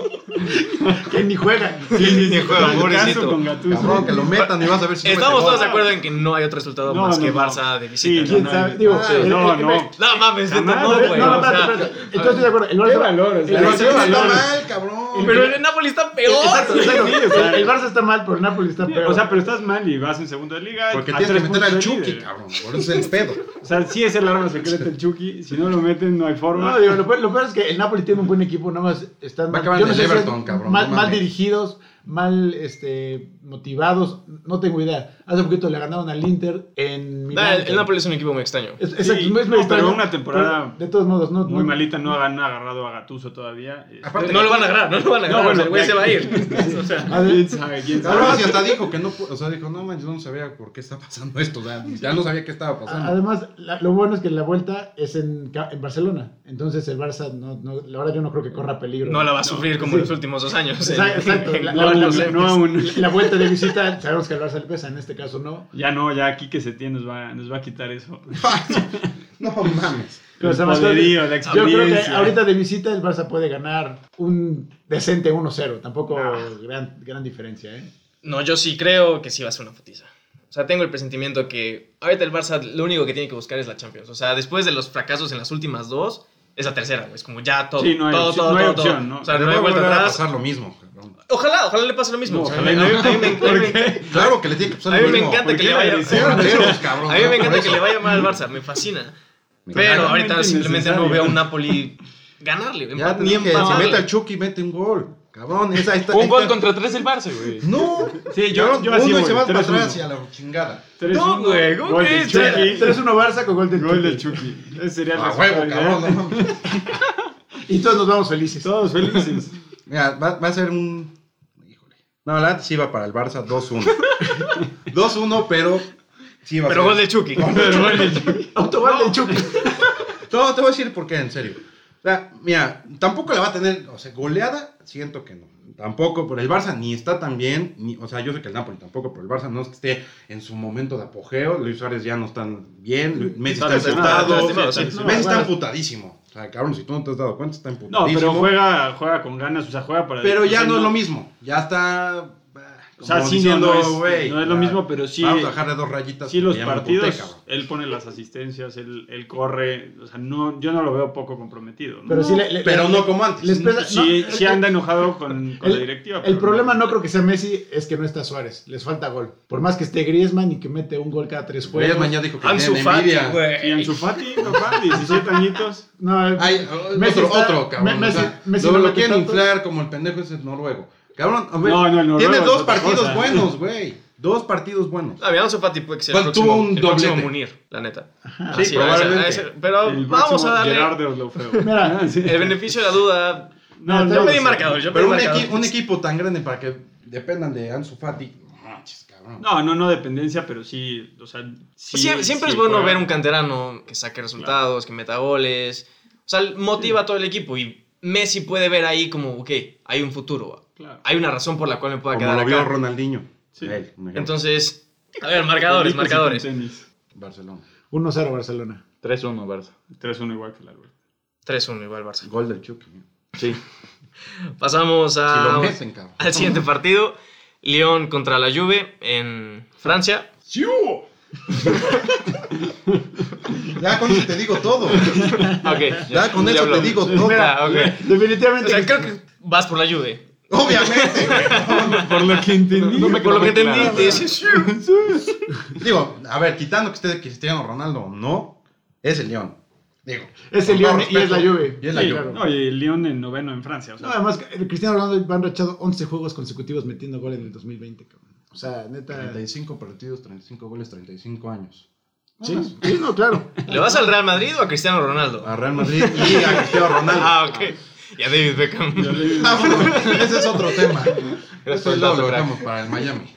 Speaker 4: Que
Speaker 1: [LAUGHS]
Speaker 4: ni juegan.
Speaker 1: ni juega,
Speaker 2: Al caso
Speaker 1: pobrecito.
Speaker 2: con Gattuso.
Speaker 5: Cabrón, que lo metan y vas a ver si
Speaker 1: Estamos
Speaker 5: mete gol.
Speaker 1: todos de acuerdo en que no hay otro resultado
Speaker 2: No,
Speaker 1: más
Speaker 2: no,
Speaker 1: que
Speaker 2: no.
Speaker 1: Barça de
Speaker 2: Sí,
Speaker 1: visita. Ah,
Speaker 4: ¿Quién
Speaker 2: no,
Speaker 4: sabe?
Speaker 2: no, no,
Speaker 4: Digo, el-
Speaker 2: no,
Speaker 4: el-
Speaker 2: no.
Speaker 1: [LAUGHS]
Speaker 4: el-
Speaker 1: No mames, neta,
Speaker 2: Jamás,
Speaker 1: Ah, no,
Speaker 2: güey.
Speaker 1: güey.
Speaker 4: No, no,
Speaker 1: o sea,
Speaker 4: espérate, espérate. Entonces, de acuerdo. El Barça,
Speaker 5: El Barça está mal, cabrón.
Speaker 1: Pero el Napoli está peor.
Speaker 4: Exacto, exacto.
Speaker 2: Sí, o sea,
Speaker 4: el, el Barça está mal, pero el Napoli está peor.
Speaker 2: O sea, pero estás mal y vas en segundo de liga.
Speaker 5: Porque
Speaker 2: a
Speaker 5: tienes que
Speaker 2: tres
Speaker 5: meter
Speaker 2: puntos
Speaker 5: al
Speaker 2: del
Speaker 5: Chucky,
Speaker 2: líder.
Speaker 5: cabrón. Por eso es el pedo.
Speaker 2: O sea, sí es el arma secreta el Chucky. Si no lo meten, no hay forma.
Speaker 4: no, digo, lo, peor, lo peor es que el Napoli tiene un buen equipo, nada más están
Speaker 5: Va
Speaker 4: mal,
Speaker 5: a acabar
Speaker 4: yo
Speaker 5: en
Speaker 4: no
Speaker 5: el
Speaker 4: sé si es
Speaker 5: Everton, cabrón,
Speaker 4: mal,
Speaker 5: no
Speaker 4: mal
Speaker 5: mames.
Speaker 4: dirigidos, mal este, motivados, no tengo idea. Hace poquito le ganaron al Inter en Milán.
Speaker 1: Nah, el, el Napoli es un equipo muy extraño.
Speaker 4: Es- exacto,
Speaker 2: Sí,
Speaker 4: es muy
Speaker 2: no, pero
Speaker 4: extraño,
Speaker 2: una temporada
Speaker 4: de todos modos, no,
Speaker 2: Muy
Speaker 4: no-
Speaker 2: malita, no han agarrado a Gatuso todavía. Eh,
Speaker 5: Aparte-
Speaker 1: No lo van a agarrar, no lo van a agarrar.
Speaker 2: No,
Speaker 1: o sea, el güey
Speaker 2: ya-
Speaker 1: se va a
Speaker 2: [LAUGHS]
Speaker 1: ir. O sea,
Speaker 4: A ver,
Speaker 2: ¿Quién sabe? ¿Quién
Speaker 5: Ahora
Speaker 2: sabe?
Speaker 5: sí, hasta dijo que no, pu- o sea, dijo, no manches, no sabía por qué está pasando esto, o sea, ya no sabía qué estaba
Speaker 4: a-
Speaker 5: pasando.
Speaker 4: además, la- lo bueno es que la vuelta es en, Ca- en Barcelona. Entonces, el Barça, no, no, la verdad, yo no creo que corra peligro.
Speaker 1: no la va a sufrir como
Speaker 4: Sí.
Speaker 1: los últimos dos años. en- [LAUGHS]
Speaker 4: Exacto, exacto.
Speaker 1: en-
Speaker 4: La-
Speaker 2: No,
Speaker 4: la-
Speaker 2: no,
Speaker 4: la-
Speaker 2: no aún.
Speaker 4: La vuelta de visita, sabemos que al Barça le pesa, en este caso no.
Speaker 2: Ya no, ya aquí que se tiene nos va, nos va a quitar eso.
Speaker 5: Ah, No mames.
Speaker 4: Pero,
Speaker 2: El
Speaker 4: o sea, más tarde,
Speaker 2: poderío, la
Speaker 4: yo creo que
Speaker 2: experiencia.
Speaker 4: ahorita de visita el Barça puede ganar un decente 1-0. Tampoco
Speaker 5: Ah.
Speaker 4: gran, gran diferencia, ¿eh?
Speaker 1: No, yo sí creo que sí va a ser una putiza. O sea, tengo el presentimiento que ahorita el Barça lo único que tiene que buscar es la Champions. O sea, después de los fracasos en las últimas dos, es la tercera, güey. Es como ya todo,
Speaker 2: Sí, no hay
Speaker 1: todo,
Speaker 2: opción-
Speaker 1: todo,
Speaker 2: no hay
Speaker 1: todo, todo.
Speaker 2: opción, ¿no?
Speaker 1: O sea,
Speaker 5: Le
Speaker 1: no hay
Speaker 5: va a
Speaker 1: vuelta
Speaker 5: volver a
Speaker 1: atrás.
Speaker 5: pasar lo mismo. cabrón.
Speaker 1: Ojalá, ojalá le pase lo mismo.
Speaker 2: No,
Speaker 1: O sea,
Speaker 2: ojalá
Speaker 1: a, mí,
Speaker 2: no.
Speaker 1: a mí me, a mí
Speaker 2: ¿Por
Speaker 1: me-
Speaker 2: qué?
Speaker 5: Claro que le tiene que
Speaker 1: a
Speaker 5: pasar
Speaker 1: mí
Speaker 5: lo
Speaker 1: me
Speaker 5: mismo.
Speaker 1: encanta
Speaker 2: ¿por
Speaker 1: que
Speaker 2: qué
Speaker 1: le
Speaker 2: la
Speaker 1: vaya... [LAUGHS]
Speaker 2: edición?
Speaker 1: A
Speaker 5: Rateros, cabrón.
Speaker 1: mí me encanta
Speaker 5: Por
Speaker 1: que
Speaker 5: eso.
Speaker 1: le vaya mal al Barça, me fascina.
Speaker 5: Me
Speaker 1: Pero
Speaker 5: encanta.
Speaker 1: ahorita
Speaker 2: Totalmente
Speaker 1: simplemente no veo a
Speaker 2: innecesario.
Speaker 1: un Napoli ganarle.
Speaker 5: Ya
Speaker 1: empa-
Speaker 5: te dije, si
Speaker 1: empatarle.
Speaker 5: mete al Chucky, mete un gol. Cabrón, esa está.
Speaker 3: Un gol contra tres el Barça, güey.
Speaker 5: No.
Speaker 2: Sí, yo-
Speaker 5: Cabrón,
Speaker 2: yo así
Speaker 5: uno y
Speaker 2: voy,
Speaker 5: se va para
Speaker 2: 3-1.
Speaker 5: atrás y a la chingada.
Speaker 1: No, güey, ¿cómo
Speaker 2: Gol
Speaker 1: crees?
Speaker 2: del Chucky.
Speaker 4: 3-1 Barça con gol del
Speaker 2: Gol del
Speaker 4: Chucky.
Speaker 2: Chucky. Ese sería el
Speaker 5: A
Speaker 2: resultado
Speaker 5: huevo,
Speaker 2: ideal.
Speaker 5: cabrón. no mames.
Speaker 4: Y todos nos vamos felices.
Speaker 2: Todos felices.
Speaker 5: Mira, va, va a ser un. Híjole. No, la neta sí va para el Barça [LAUGHS] 2-1. 2-1, pero. Sí va a
Speaker 1: Pero
Speaker 5: ser.
Speaker 1: gol del Chucky.
Speaker 2: Pero gol del Chucky.
Speaker 4: Autobal del
Speaker 5: [LAUGHS]
Speaker 4: Chucky.
Speaker 5: No, te voy a decir por qué, en serio. O sea, mira, tampoco la va a tener, o sea, goleada, siento que no. Tampoco, pero el Barça ni está tan bien, ni, o sea, yo sé que el Napoli tampoco, pero el Barça no es que esté en su momento de apogeo, Luis Suárez ya no está bien, Lu- Messi
Speaker 2: Está
Speaker 5: está
Speaker 2: lesionado,
Speaker 5: emputado,
Speaker 1: está lesionado,
Speaker 5: sí,
Speaker 1: sí.
Speaker 5: Messi está
Speaker 4: No,
Speaker 5: emputadísimo. O sea, cabrón, si tú no te has dado cuenta, está
Speaker 2: No,
Speaker 5: emputadísimo.
Speaker 2: pero juega, juega con ganas, o sea, juega para...
Speaker 5: Pero
Speaker 2: o
Speaker 5: ya
Speaker 2: sea,
Speaker 5: no es lo mismo, ya está... eh,
Speaker 2: O sea,
Speaker 5: como
Speaker 2: sí, no, no es-
Speaker 5: güey,
Speaker 2: no es lo
Speaker 5: ya,
Speaker 2: mismo, pero sí-
Speaker 5: Vamos a dejarle dos rayitas.
Speaker 2: Sí, los
Speaker 5: porque ya me
Speaker 2: partidos,
Speaker 5: emputé, cabrón.
Speaker 2: él pone las asistencias, él, él corre, o sea, no, yo no lo veo poco comprometido. ¿no?
Speaker 4: Pero sí le- le-
Speaker 5: Pero
Speaker 4: le-
Speaker 5: no como antes.
Speaker 4: les pesa-
Speaker 2: Sí,
Speaker 4: no,
Speaker 2: sí,
Speaker 4: el-
Speaker 2: anda enojado con, con la directiva.
Speaker 4: El
Speaker 2: pero
Speaker 4: problema no creo que sea Messi, es que no está Suárez. Les falta gol. Por más que esté Griezmann y que mete un gol cada tres juegos.
Speaker 5: Griezmann ya dijo que
Speaker 1: Ansu
Speaker 5: tiene
Speaker 1: Fati,
Speaker 5: envidia.
Speaker 2: Y en
Speaker 1: güey.
Speaker 2: su Fati, papá, 17 añitos.
Speaker 4: No, eh,
Speaker 5: Ay,
Speaker 4: Messi
Speaker 5: otro,
Speaker 4: está-
Speaker 5: otro, cabrón.
Speaker 4: Me- Messi-
Speaker 5: o sea,
Speaker 4: Messi
Speaker 5: lo,
Speaker 4: no
Speaker 5: lo
Speaker 4: mete
Speaker 5: quieren
Speaker 4: tantos.
Speaker 5: inflar como el pendejo ese noruego. Cabrón, a ver,
Speaker 2: No, no, el noruego
Speaker 5: tiene
Speaker 2: es
Speaker 5: dos
Speaker 2: otra
Speaker 5: partidos
Speaker 2: cosa.
Speaker 5: buenos, güey. Dos partidos buenos.
Speaker 1: A ver, Ah, Ansu Fati puede que sea el
Speaker 5: Bueno, tuvo
Speaker 1: próximo,
Speaker 5: un
Speaker 1: el próximo
Speaker 5: doblete.
Speaker 1: Munir, la neta.
Speaker 4: Ajá.
Speaker 5: Sí,
Speaker 1: Así, a ese- a
Speaker 5: probablemente.
Speaker 1: ese- pero
Speaker 2: El
Speaker 1: [LAUGHS] vamos
Speaker 2: próximo
Speaker 1: a darle
Speaker 2: Gerardo Deulofeu.
Speaker 4: Mira,
Speaker 2: Ah, sí.
Speaker 1: el beneficio de la duda.
Speaker 2: No,
Speaker 4: No,
Speaker 2: no,
Speaker 1: Yo
Speaker 4: lo
Speaker 1: pedí
Speaker 4: sé.
Speaker 1: marcador, yo pedí
Speaker 5: Pero un,
Speaker 1: marcador.
Speaker 5: equi- un equipo tan grande para que dependan de Ansu Fati. no Manches, cabrón.
Speaker 2: no, no, no dependencia, pero sí, o sea, sí-
Speaker 1: Pues sie- siempre
Speaker 2: sí
Speaker 1: es bueno
Speaker 2: juega.
Speaker 1: ver un canterano que saque resultados, que meta goles. O sea, motiva a todo el equipo. Y Messi puede ver ahí como, ok, hay un futuro.
Speaker 2: Claro.
Speaker 1: Hay una razón por la cual me pueda
Speaker 5: como
Speaker 1: quedar
Speaker 5: lo vio
Speaker 1: acá.
Speaker 5: Ronaldinho.
Speaker 2: Sí.
Speaker 5: Él, un ejemplo.
Speaker 1: Entonces, a ver, marcadores,
Speaker 2: Felipe sin
Speaker 1: marcadores.
Speaker 2: tenis.
Speaker 5: Barcelona.
Speaker 4: 1-0 Barcelona.
Speaker 3: 3-1 Barça.
Speaker 2: 3-1 igual que
Speaker 1: [LAUGHS]
Speaker 2: el árbol.
Speaker 1: 3-1 igual Barça.
Speaker 5: Gol del Chucky. mira.
Speaker 3: Sí.
Speaker 1: Pasamos
Speaker 5: Si lo
Speaker 1: a,
Speaker 5: meten, cabrón.
Speaker 1: [LAUGHS] al siguiente partido. Lyon contra la Juve en Francia.
Speaker 5: ¡Sí, hubo! ya con eso te digo todo. [LAUGHS]
Speaker 3: Ok.
Speaker 5: Ya con eso te
Speaker 3: hablamos.
Speaker 5: digo todo.
Speaker 1: Ah, ok.
Speaker 4: Definitivamente.
Speaker 1: O sea, creo que vas por la Juve.
Speaker 5: Obviamente, güey.
Speaker 2: Por lo que entendí.
Speaker 3: No me
Speaker 1: Por lo que
Speaker 3: claro.
Speaker 1: entendí, te dices,
Speaker 4: [LAUGHS]
Speaker 5: Digo, a ver, quitando que esté Cristiano Ronaldo, no, es el León. Digo.
Speaker 4: Es
Speaker 5: con
Speaker 4: el
Speaker 5: todo
Speaker 4: León y es la Juve.
Speaker 5: Y es la
Speaker 2: Sí,
Speaker 5: Juve.
Speaker 4: claro.
Speaker 2: No, y el Lyon en noveno en Francia. O sea,
Speaker 4: No, además, eh, Cristiano Ronaldo va enrachado 11 juegos consecutivos metiendo gol en el 2020. cabrón. O sea, neta.
Speaker 5: 35 partidos, 35 goles, 35 años.
Speaker 4: Sí, sí, no, claro.
Speaker 1: ¿le vas al Real Madrid o a Cristiano Ronaldo?
Speaker 5: A Real Madrid
Speaker 4: [LAUGHS]
Speaker 5: y a Cristiano Ronaldo.
Speaker 1: Ah, ok. Y a David Beckham.
Speaker 2: yo le-
Speaker 5: Ah, bueno, [LAUGHS] ese es otro tema. Eso
Speaker 3: por el dato,
Speaker 5: lo
Speaker 3: crack.
Speaker 5: dejamos para el Miami.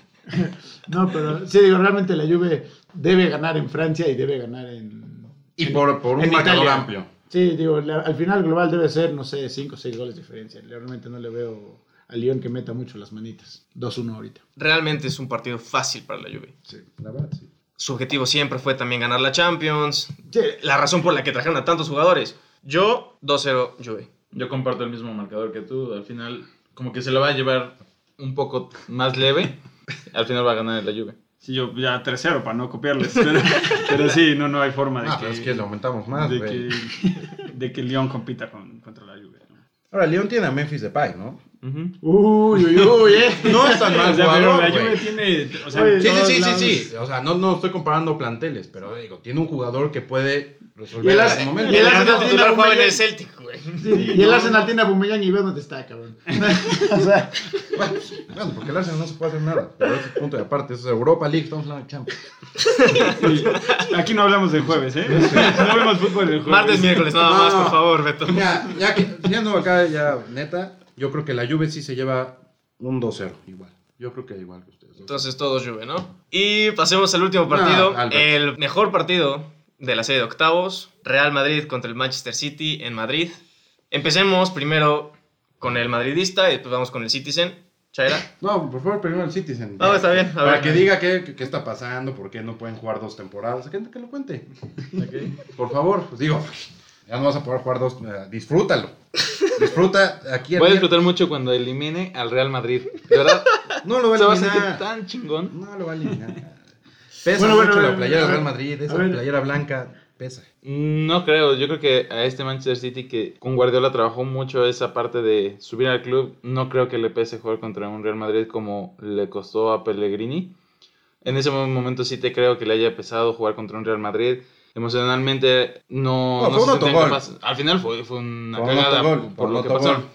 Speaker 4: No, pero sí, digo, realmente la Juve debe ganar en Francia y debe ganar en.
Speaker 5: Y por, por un
Speaker 4: En
Speaker 5: marcador
Speaker 4: Italia.
Speaker 5: amplio.
Speaker 4: Sí, digo, la- al final global debe ser, no sé, 5 o 6 goles de diferencia. Le- Realmente no le veo al León que meta mucho las manitas. 2-1 ahorita.
Speaker 1: Realmente es un partido fácil para la Juve.
Speaker 4: Sí.
Speaker 5: La verdad, sí.
Speaker 1: Su objetivo siempre fue también ganar la Champions.
Speaker 4: Sí,
Speaker 1: La razón por la que trajeron a tantos jugadores. Yo, 2-0 Juve.
Speaker 3: Yo comparto el mismo marcador que tú. Al final, como que se lo va a llevar un poco más leve. Al final va a ganar la lluvia.
Speaker 2: Sí, yo ya 3-0 para no copiarles. [LAUGHS] Pero, pero sí, no, no hay forma de
Speaker 5: Ah,
Speaker 2: que,
Speaker 5: pero es que lo aumentamos más,
Speaker 2: de,
Speaker 5: güey.
Speaker 2: que, de que el Lyon compita con, contra la Juve. ¿no?
Speaker 5: Ahora, León tiene a Memphis Depay, ¿no?
Speaker 4: Uy, uy, uy, eh.
Speaker 5: No
Speaker 4: [LAUGHS]
Speaker 5: es tan mal
Speaker 2: O sea, pero la
Speaker 5: jugador,
Speaker 2: Juve
Speaker 5: güey.
Speaker 2: tiene. O sea,
Speaker 4: Oye,
Speaker 5: Sí, sí,
Speaker 4: todos
Speaker 5: sí,
Speaker 4: lados.
Speaker 5: sí, sí. O sea, no, no estoy comparando planteles, pero digo, tiene un jugador que puede
Speaker 4: Y el
Speaker 5: resolver en
Speaker 4: Arsenal-
Speaker 5: su
Speaker 1: El
Speaker 5: momento.
Speaker 4: y el
Speaker 1: delantero
Speaker 4: Arsenal tiene
Speaker 1: titular
Speaker 4: a
Speaker 1: juega en
Speaker 4: Bumeyang.
Speaker 1: el Celtic, güey.
Speaker 4: Sí, y el Arsenal tiene a Bumeyang y ve dónde está, cabrón. [LAUGHS] o sea,
Speaker 5: Bueno, bueno, porque el Arsenal no se puede hacer nada. Pero ese es punto de aparte. Eso es Europa League, estamos hablando de Champions.
Speaker 2: sí. aquí no hablamos del jueves, ¿eh? No vemos fútbol el jueves.
Speaker 1: Martes, miércoles, nada más, por favor, Beto.
Speaker 5: Ya, ya que, siendo acá, ya neta, yo creo que la Juve sí se lleva un 2-0. Igual. Yo creo que igual que ustedes.
Speaker 1: Entonces todos Juve, ¿no? Y pasemos al último partido.
Speaker 5: No, Albert.
Speaker 1: el mejor partido de la serie de octavos. Real Madrid contra el Manchester City en Madrid. Empecemos primero con el madridista y después vamos con el Citizen. Chaira.
Speaker 5: No, por favor, primero el Citizen.
Speaker 1: No, está bien. A
Speaker 5: Para
Speaker 1: ver.
Speaker 5: que diga qué, qué- qué está pasando, por qué no pueden jugar dos temporadas. Que, que lo cuente. Por favor, pues digo, ya no vas a poder jugar dos. eh, disfrútalo. Disfruta aquí. el
Speaker 3: Voy a
Speaker 5: día-
Speaker 3: disfrutar mucho cuando elimine al Real Madrid. De
Speaker 5: [LAUGHS]
Speaker 3: verdad,
Speaker 5: No lo va
Speaker 3: se va
Speaker 5: a
Speaker 3: a sentir
Speaker 5: eliminar.
Speaker 3: tan chingón.
Speaker 5: No lo va a eliminar. Pesa
Speaker 4: Bueno, bueno,
Speaker 5: mucho
Speaker 4: bueno,
Speaker 5: la playera
Speaker 4: a
Speaker 5: del Real
Speaker 4: ver,
Speaker 5: Madrid, esa
Speaker 4: a ver.
Speaker 5: playera blanca pesa.
Speaker 3: No creo, yo creo que a este Manchester City que con Guardiola trabajó mucho esa parte de subir al club, no creo que le pese jugar contra un Real Madrid como le costó a Pellegrini. En ese momento sí te creo que le haya pesado jugar contra un Real Madrid. Emocionalmente no,
Speaker 5: No,
Speaker 3: no
Speaker 5: fue un
Speaker 3: se sentían
Speaker 5: autogol.
Speaker 3: capaces. Al final fue, fue una
Speaker 5: Por un
Speaker 3: cagada
Speaker 5: autogol,
Speaker 3: por,
Speaker 5: por un
Speaker 3: lo que
Speaker 5: autogol.
Speaker 3: pasó.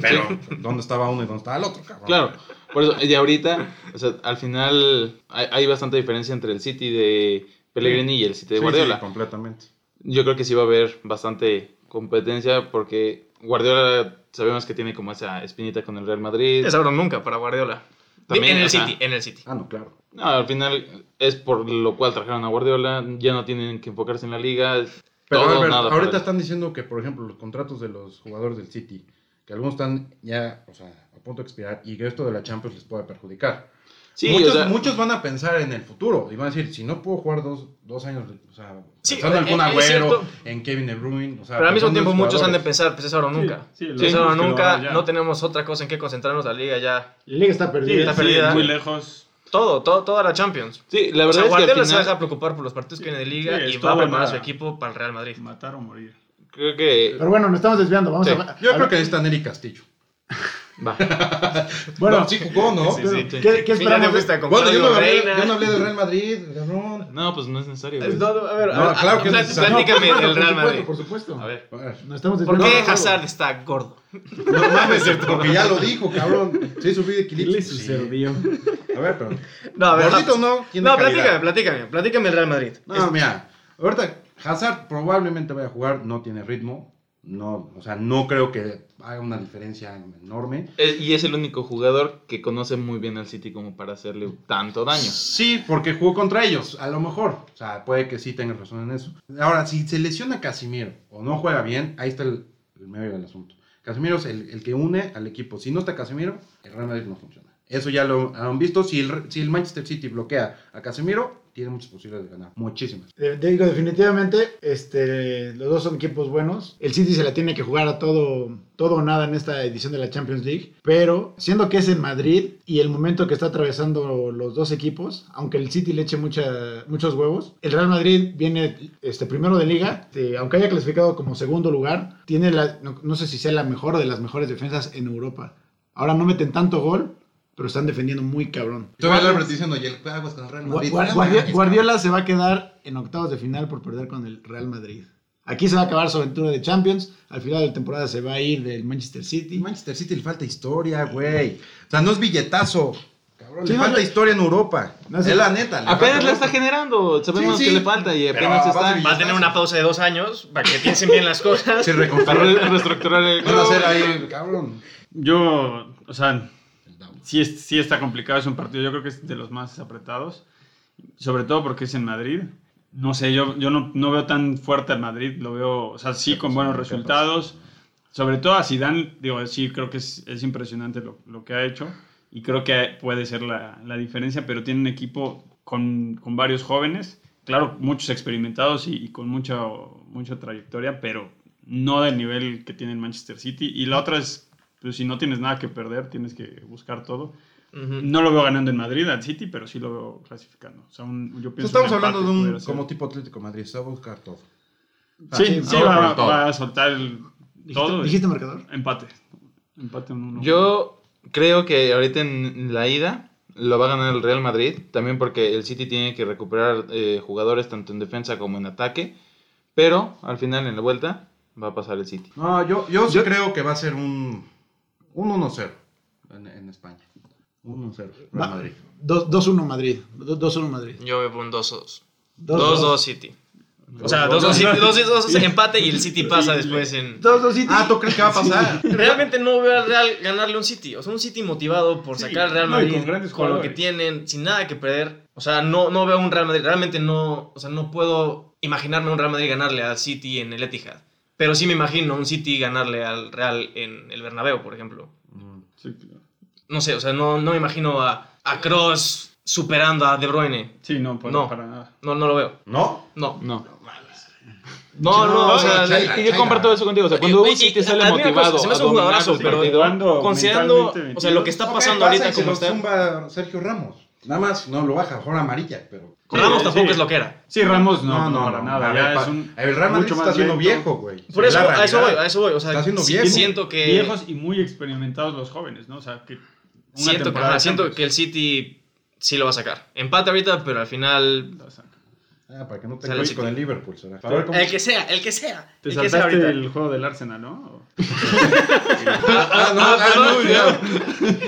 Speaker 5: Pero, ¿dónde estaba uno y dónde estaba el otro, cabrón?
Speaker 3: Claro, por eso, y ahorita, o sea, al final hay, hay bastante diferencia entre el City de Pellegrini y el City de
Speaker 5: Sí,
Speaker 3: Guardiola.
Speaker 5: sí, completamente.
Speaker 3: Yo creo que sí va a haber bastante competencia porque Guardiola sabemos que tiene como esa espinita con el Real Madrid.
Speaker 1: Es ahora o nunca para Guardiola.
Speaker 3: También,
Speaker 1: en el
Speaker 3: o sea.
Speaker 1: City, en el City.
Speaker 5: Ah, no, claro.
Speaker 3: No, al final es por lo cual trajeron a Guardiola, ya no tienen que enfocarse en la liga.
Speaker 5: Pero
Speaker 3: todo,
Speaker 5: Albert,
Speaker 3: nada para
Speaker 5: ahorita
Speaker 3: él.
Speaker 5: están diciendo que, por ejemplo, los contratos de los jugadores del City, que algunos están ya, o sea, a punto de expirar y que esto de la Champions les puede perjudicar.
Speaker 3: Sí,
Speaker 5: muchos,
Speaker 3: o sea,
Speaker 5: muchos van a pensar en el futuro y van a decir, si no puedo jugar dos, dos años, o sea,
Speaker 1: Sí,
Speaker 5: pensando en
Speaker 1: eh,
Speaker 5: algún
Speaker 1: eh, es
Speaker 5: agüero,
Speaker 1: cierto.
Speaker 5: en Kevin De Bruyne, o sea,
Speaker 1: Pero al mismo
Speaker 5: pensando en
Speaker 1: tiempo
Speaker 5: los
Speaker 1: muchos han de
Speaker 5: jugadores.
Speaker 1: pensar, pues es ahora o nunca.
Speaker 2: Sí, sí, lo
Speaker 1: es ahora o
Speaker 2: hemos
Speaker 1: nunca,
Speaker 2: quedado ya.
Speaker 1: no tenemos otra cosa en qué concentrarnos, la liga ya.
Speaker 4: La liga está
Speaker 2: Sí,
Speaker 4: perdida.
Speaker 1: está
Speaker 2: sí,
Speaker 1: perdida.
Speaker 2: Muy lejos.
Speaker 1: Todo, todo, toda la Champions.
Speaker 3: sí, la
Speaker 1: O sea,
Speaker 3: verdad es que
Speaker 1: Guardiola
Speaker 3: al
Speaker 1: se va a
Speaker 3: final
Speaker 1: dejar preocupar por los partidos que vienen de liga
Speaker 2: Sí,
Speaker 1: y
Speaker 2: es
Speaker 1: va a
Speaker 2: todo
Speaker 1: preparar
Speaker 2: nada.
Speaker 1: su equipo para el Real Madrid.
Speaker 2: Matar o morir.
Speaker 3: creo que
Speaker 4: Pero bueno, nos estamos desviando. Vamos
Speaker 3: Sí.
Speaker 4: a,
Speaker 5: Yo
Speaker 4: a
Speaker 5: creo
Speaker 4: ver-
Speaker 5: que necesitan Eric Castillo.
Speaker 3: va.
Speaker 4: Bueno,
Speaker 5: No, sí jugó, ¿no?
Speaker 1: Sí,
Speaker 4: pero,
Speaker 1: sí, sí. Sí, ya
Speaker 4: ¿qué, qué
Speaker 1: te
Speaker 4: esperamos?
Speaker 1: fuiste a comprar
Speaker 5: Bueno, yo no,
Speaker 1: algo,
Speaker 5: hablé,
Speaker 1: Reina.
Speaker 5: yo no hablé del Real Madrid, cabrón.
Speaker 3: No, pues no es necesario.
Speaker 1: Eh,
Speaker 3: güey.
Speaker 1: no, no, a ver, a
Speaker 5: No,
Speaker 1: ver,
Speaker 5: claro que
Speaker 1: plá-
Speaker 5: es necesario.
Speaker 1: Platícame
Speaker 4: No, claro,
Speaker 1: del Real Madrid.
Speaker 4: Por supuesto, por supuesto.
Speaker 1: A ver.
Speaker 5: A ver,
Speaker 4: Nos estamos
Speaker 1: ¿Por
Speaker 4: desviando.
Speaker 1: qué
Speaker 4: No, no,
Speaker 1: Hazard está gordo?
Speaker 5: No mames, porque ya lo dijo, cabrón. Sí, subí de
Speaker 2: ¿Qué
Speaker 5: equilibrio.
Speaker 2: le
Speaker 5: Sí.
Speaker 2: sucedió?
Speaker 5: A ver, pero.
Speaker 1: No, a ver.
Speaker 5: Gordito no, tiene
Speaker 1: No,
Speaker 5: calidad.
Speaker 1: platícame, platícame, platícame el Real Madrid.
Speaker 5: No,
Speaker 1: Es-
Speaker 5: mira, ahorita Hazard probablemente vaya a jugar, no tiene ritmo. No, o sea, no creo que haga una diferencia enorme.
Speaker 3: Eh, Y es el único jugador que conoce muy bien al City como para hacerle tanto daño.
Speaker 5: Sí, porque jugó contra ellos, a lo mejor. O sea, puede que sí tengas razón en eso. Ahora, si se lesiona Casimiro o no juega bien, ahí está el, el medio del asunto. Casimiro es el, el que une al equipo. Si no está Casimiro, el Real Madrid no funciona. Eso ya lo han visto. Si el, Re- si el Manchester City bloquea a Casimiro, tiene muchas posibilidades de ganar. Muchísimas.
Speaker 4: De- de- Eh, Digo, definitivamente, este, los dos son equipos buenos. El City se la tiene que jugar a todo, todo o nada en esta edición de la Champions League. Pero siendo que es en Madrid y el momento que está atravesando los dos equipos, aunque el City le eche mucha- muchos huevos, el Real Madrid viene este, primero de liga. este, aunque haya clasificado como segundo lugar, tiene la, no, no sé si sea la mejor de las mejores defensas en Europa. Ahora no meten tanto gol, pero están defendiendo muy cabrón.
Speaker 5: Todavía Albert diciendo, y el juego es con el Real
Speaker 4: Gua-
Speaker 5: Madrid.
Speaker 4: Guar-
Speaker 5: No
Speaker 4: Guardi-
Speaker 5: mames,
Speaker 4: Guardiola se va a quedar en octavos de final por perder con el Real Madrid. Aquí se va a acabar su aventura de Champions. Al final de la temporada se va a ir del Manchester City.
Speaker 5: Manchester City le falta historia, güey. O sea, no es billetazo. Cabrón,
Speaker 4: Sí,
Speaker 5: le
Speaker 4: no,
Speaker 5: falta
Speaker 4: no.
Speaker 5: historia en Europa.
Speaker 4: No, sí.
Speaker 5: Es la neta. le
Speaker 3: Apenas
Speaker 5: falta
Speaker 3: la está
Speaker 5: Europa.
Speaker 3: generando, sabemos
Speaker 5: Sí, sí.
Speaker 3: que le falta y
Speaker 5: Pero
Speaker 3: apenas
Speaker 5: a
Speaker 3: está.
Speaker 5: base
Speaker 1: Va a tener una pausa de dos años para que piensen bien las cosas. [LAUGHS]
Speaker 5: Se
Speaker 3: Para
Speaker 5: reconfirma.
Speaker 3: re- reestructurar el
Speaker 5: Van a hacer
Speaker 3: club.
Speaker 5: ahí, cabrón.
Speaker 2: Yo, o sea, sí, es- sí está complicado. Es un partido, yo creo que es de los más apretados. Sobre todo porque es en Madrid. No sé, yo, yo no, no veo tan fuerte al Madrid. Lo veo, o sea, sí con buenos resultados. Sobre todo a Zidane, digo, sí creo que es, es impresionante lo, lo que ha hecho. Y creo que puede ser la, la diferencia, pero tiene un equipo con, con varios jóvenes. Claro, muchos experimentados y, y con mucha, mucha trayectoria, pero no del nivel que tiene el Manchester City. Y la otra es, pues si no tienes nada que perder, tienes que buscar todo.
Speaker 1: Ujú.
Speaker 2: No lo veo ganando en Madrid al City, pero sí lo veo clasificando. O sea, un- yo pienso
Speaker 5: Pues Estamos
Speaker 2: un
Speaker 5: hablando
Speaker 2: empate
Speaker 5: de un
Speaker 2: pudiera ser.
Speaker 5: como tipo Atlético de Madrid. Se va a buscar todo.
Speaker 2: Sí,
Speaker 4: Ah,
Speaker 2: sí,
Speaker 5: no,
Speaker 2: va,
Speaker 5: pero todo.
Speaker 2: va a soltar el-
Speaker 4: ¿Dijiste,
Speaker 2: todo. y-
Speaker 4: dijiste marcador?
Speaker 2: Empate. Empate un uno.
Speaker 3: Yo creo que ahorita en la ida lo va a ganar el Real Madrid, también porque el City tiene que recuperar eh, jugadores tanto en defensa como en ataque, pero al final en la vuelta va a pasar el City.
Speaker 5: No, yo, yo sí creo que va a ser un, un 1-0 en, en España. Un 1-0.
Speaker 4: Va-
Speaker 5: Real Madrid.
Speaker 4: dos- 2-1 Madrid. dos- 2-1 Madrid.
Speaker 1: Yo veo por un 2-2.
Speaker 4: Dos-
Speaker 1: 2-2 City. O sea, 2-2 City, 2-2 empate y el City pasa después en...
Speaker 4: 2-2 City.
Speaker 5: Ah, ¿tú crees que va a pasar?
Speaker 1: Realmente no veo al Real ganarle un City. O sea, un City motivado por
Speaker 2: Sí,
Speaker 1: sacar al Real
Speaker 2: no, y
Speaker 1: Madrid
Speaker 2: con grandes
Speaker 1: con lo que
Speaker 2: jugadores.
Speaker 1: tienen, sin nada que perder. O sea, no, no veo un Real Madrid. Realmente no, o sea, no puedo imaginarme un Real Madrid ganarle al City en el Etihad. Pero sí me imagino un City ganarle al Real en el Bernabéu, por ejemplo.
Speaker 5: Mm.
Speaker 2: Sí, claro.
Speaker 1: no sé, o sea, no, no me imagino a, a Cross superando a De Bruyne.
Speaker 2: Sí, no, para,
Speaker 1: No.
Speaker 2: para nada.
Speaker 1: No, no lo veo.
Speaker 5: ¿No?
Speaker 1: No.
Speaker 3: No.
Speaker 1: No, no,
Speaker 5: No,
Speaker 1: o sea,
Speaker 5: Chela,
Speaker 1: le-
Speaker 5: Chela.
Speaker 3: Y yo comparto eso contigo. O sea, cuando
Speaker 1: Oye,
Speaker 3: un City
Speaker 1: y-
Speaker 3: sale
Speaker 1: a mí me
Speaker 3: motivado.
Speaker 1: parece- se me hace
Speaker 3: a
Speaker 1: un
Speaker 3: dominar
Speaker 1: jugadorazo,
Speaker 3: su
Speaker 1: pero-
Speaker 3: partido,
Speaker 2: Jugando
Speaker 1: considerando,
Speaker 2: mentalmente
Speaker 1: o sea, lo
Speaker 2: metido.
Speaker 1: que está
Speaker 5: Ok,
Speaker 1: pasando
Speaker 5: pasa
Speaker 1: ahorita
Speaker 5: y se
Speaker 1: como
Speaker 5: lo
Speaker 1: está.
Speaker 5: zumba Sergio Ramos. Nada más, no lo baja, ahora amarilla, pero...
Speaker 1: Con Ramos
Speaker 2: Sí,
Speaker 1: tampoco
Speaker 2: sí.
Speaker 1: es lo que era.
Speaker 2: Sí,
Speaker 5: Pues
Speaker 2: Ramos no, no, para nada.
Speaker 5: A
Speaker 2: ya
Speaker 5: ver, pa-
Speaker 2: es un,
Speaker 5: a ver, el Real Madrid
Speaker 2: mucho
Speaker 5: está
Speaker 2: más
Speaker 5: siendo
Speaker 2: lento.
Speaker 5: viejo, güey.
Speaker 1: Por
Speaker 5: Es
Speaker 1: eso,
Speaker 5: la
Speaker 1: a eso voy,
Speaker 5: realidad.
Speaker 1: a eso voy. O sea,
Speaker 5: Está siendo
Speaker 1: sí-
Speaker 5: viejo.
Speaker 1: siento que.
Speaker 2: Viejos y muy experimentados los jóvenes, ¿no? O sea, que. una
Speaker 1: siento, que,
Speaker 2: temporada
Speaker 1: ajá, siento
Speaker 2: Champions
Speaker 1: que el City sí lo va a sacar. Empate ahorita, pero al final.
Speaker 2: la saca.
Speaker 5: Ah, para que no te
Speaker 1: Sale
Speaker 5: cuides
Speaker 1: chiquito.
Speaker 5: con el Liverpool, será.
Speaker 2: Para ver
Speaker 5: cómo-
Speaker 1: El que sea, el que sea.
Speaker 2: Te
Speaker 1: el que sea
Speaker 2: saltaste
Speaker 1: ahorita.
Speaker 2: el juego del Arsenal, ¿no?
Speaker 5: Ah, no, ah, no, ya.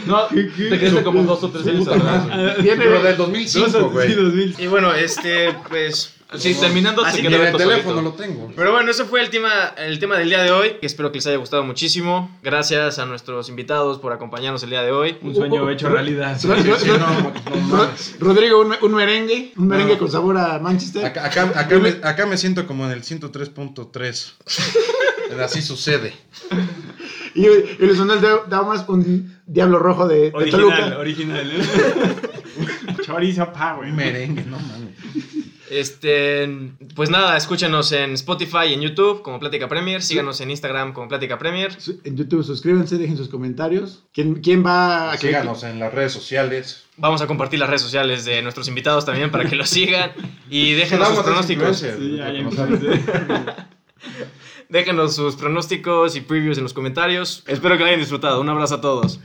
Speaker 3: No, te quedaste como dos o tres años atrás.
Speaker 4: Tiene
Speaker 5: Pero del 2005, güey.
Speaker 1: Y bueno, este, pues.
Speaker 3: Sí, terminando
Speaker 1: Ah,
Speaker 3: se
Speaker 1: sí,
Speaker 5: Ni
Speaker 3: quedó
Speaker 5: en el
Speaker 3: Beto
Speaker 5: teléfono lo
Speaker 3: solito.
Speaker 5: tengo.
Speaker 1: Pero bueno, ese fue el tema, el tema del día de hoy. que Espero que les haya gustado muchísimo. Gracias a nuestros invitados por acompañarnos el día de hoy.
Speaker 2: Un sueño hecho realidad.
Speaker 5: Sí, no, no mames.
Speaker 4: Rodrigo, un, un merengue, un merengue con sabor a Manchester.
Speaker 5: Acá, acá, acá me, acá me siento como en el 103.3. En Así sucede.
Speaker 4: Y, y Luis Manuel Dau- Daumas, un diablo rojo de, de
Speaker 2: original,
Speaker 4: Toluca.
Speaker 2: original. Chorizo pa, güey.
Speaker 5: Un merengue, no mames.
Speaker 1: Este, pues nada, escúchenos en Spotify y en YouTube como Plática Premier. Síganos en Instagram como Plática Premier.
Speaker 4: Su- En YouTube, suscríbanse, dejen sus comentarios. ¿Quién, quién va a
Speaker 5: Síganos en las redes sociales.
Speaker 1: Vamos a compartir las redes sociales de nuestros invitados también para que los sigan. Y déjenos
Speaker 5: Vamos
Speaker 1: sus
Speaker 5: a hacer
Speaker 1: pronósticos.
Speaker 5: influencer,
Speaker 2: Sí, ya, ya
Speaker 5: ¿no?
Speaker 2: empecé.
Speaker 1: Déjenos sus pronósticos y previews en los comentarios. Espero que lo hayan disfrutado. Un abrazo a todos.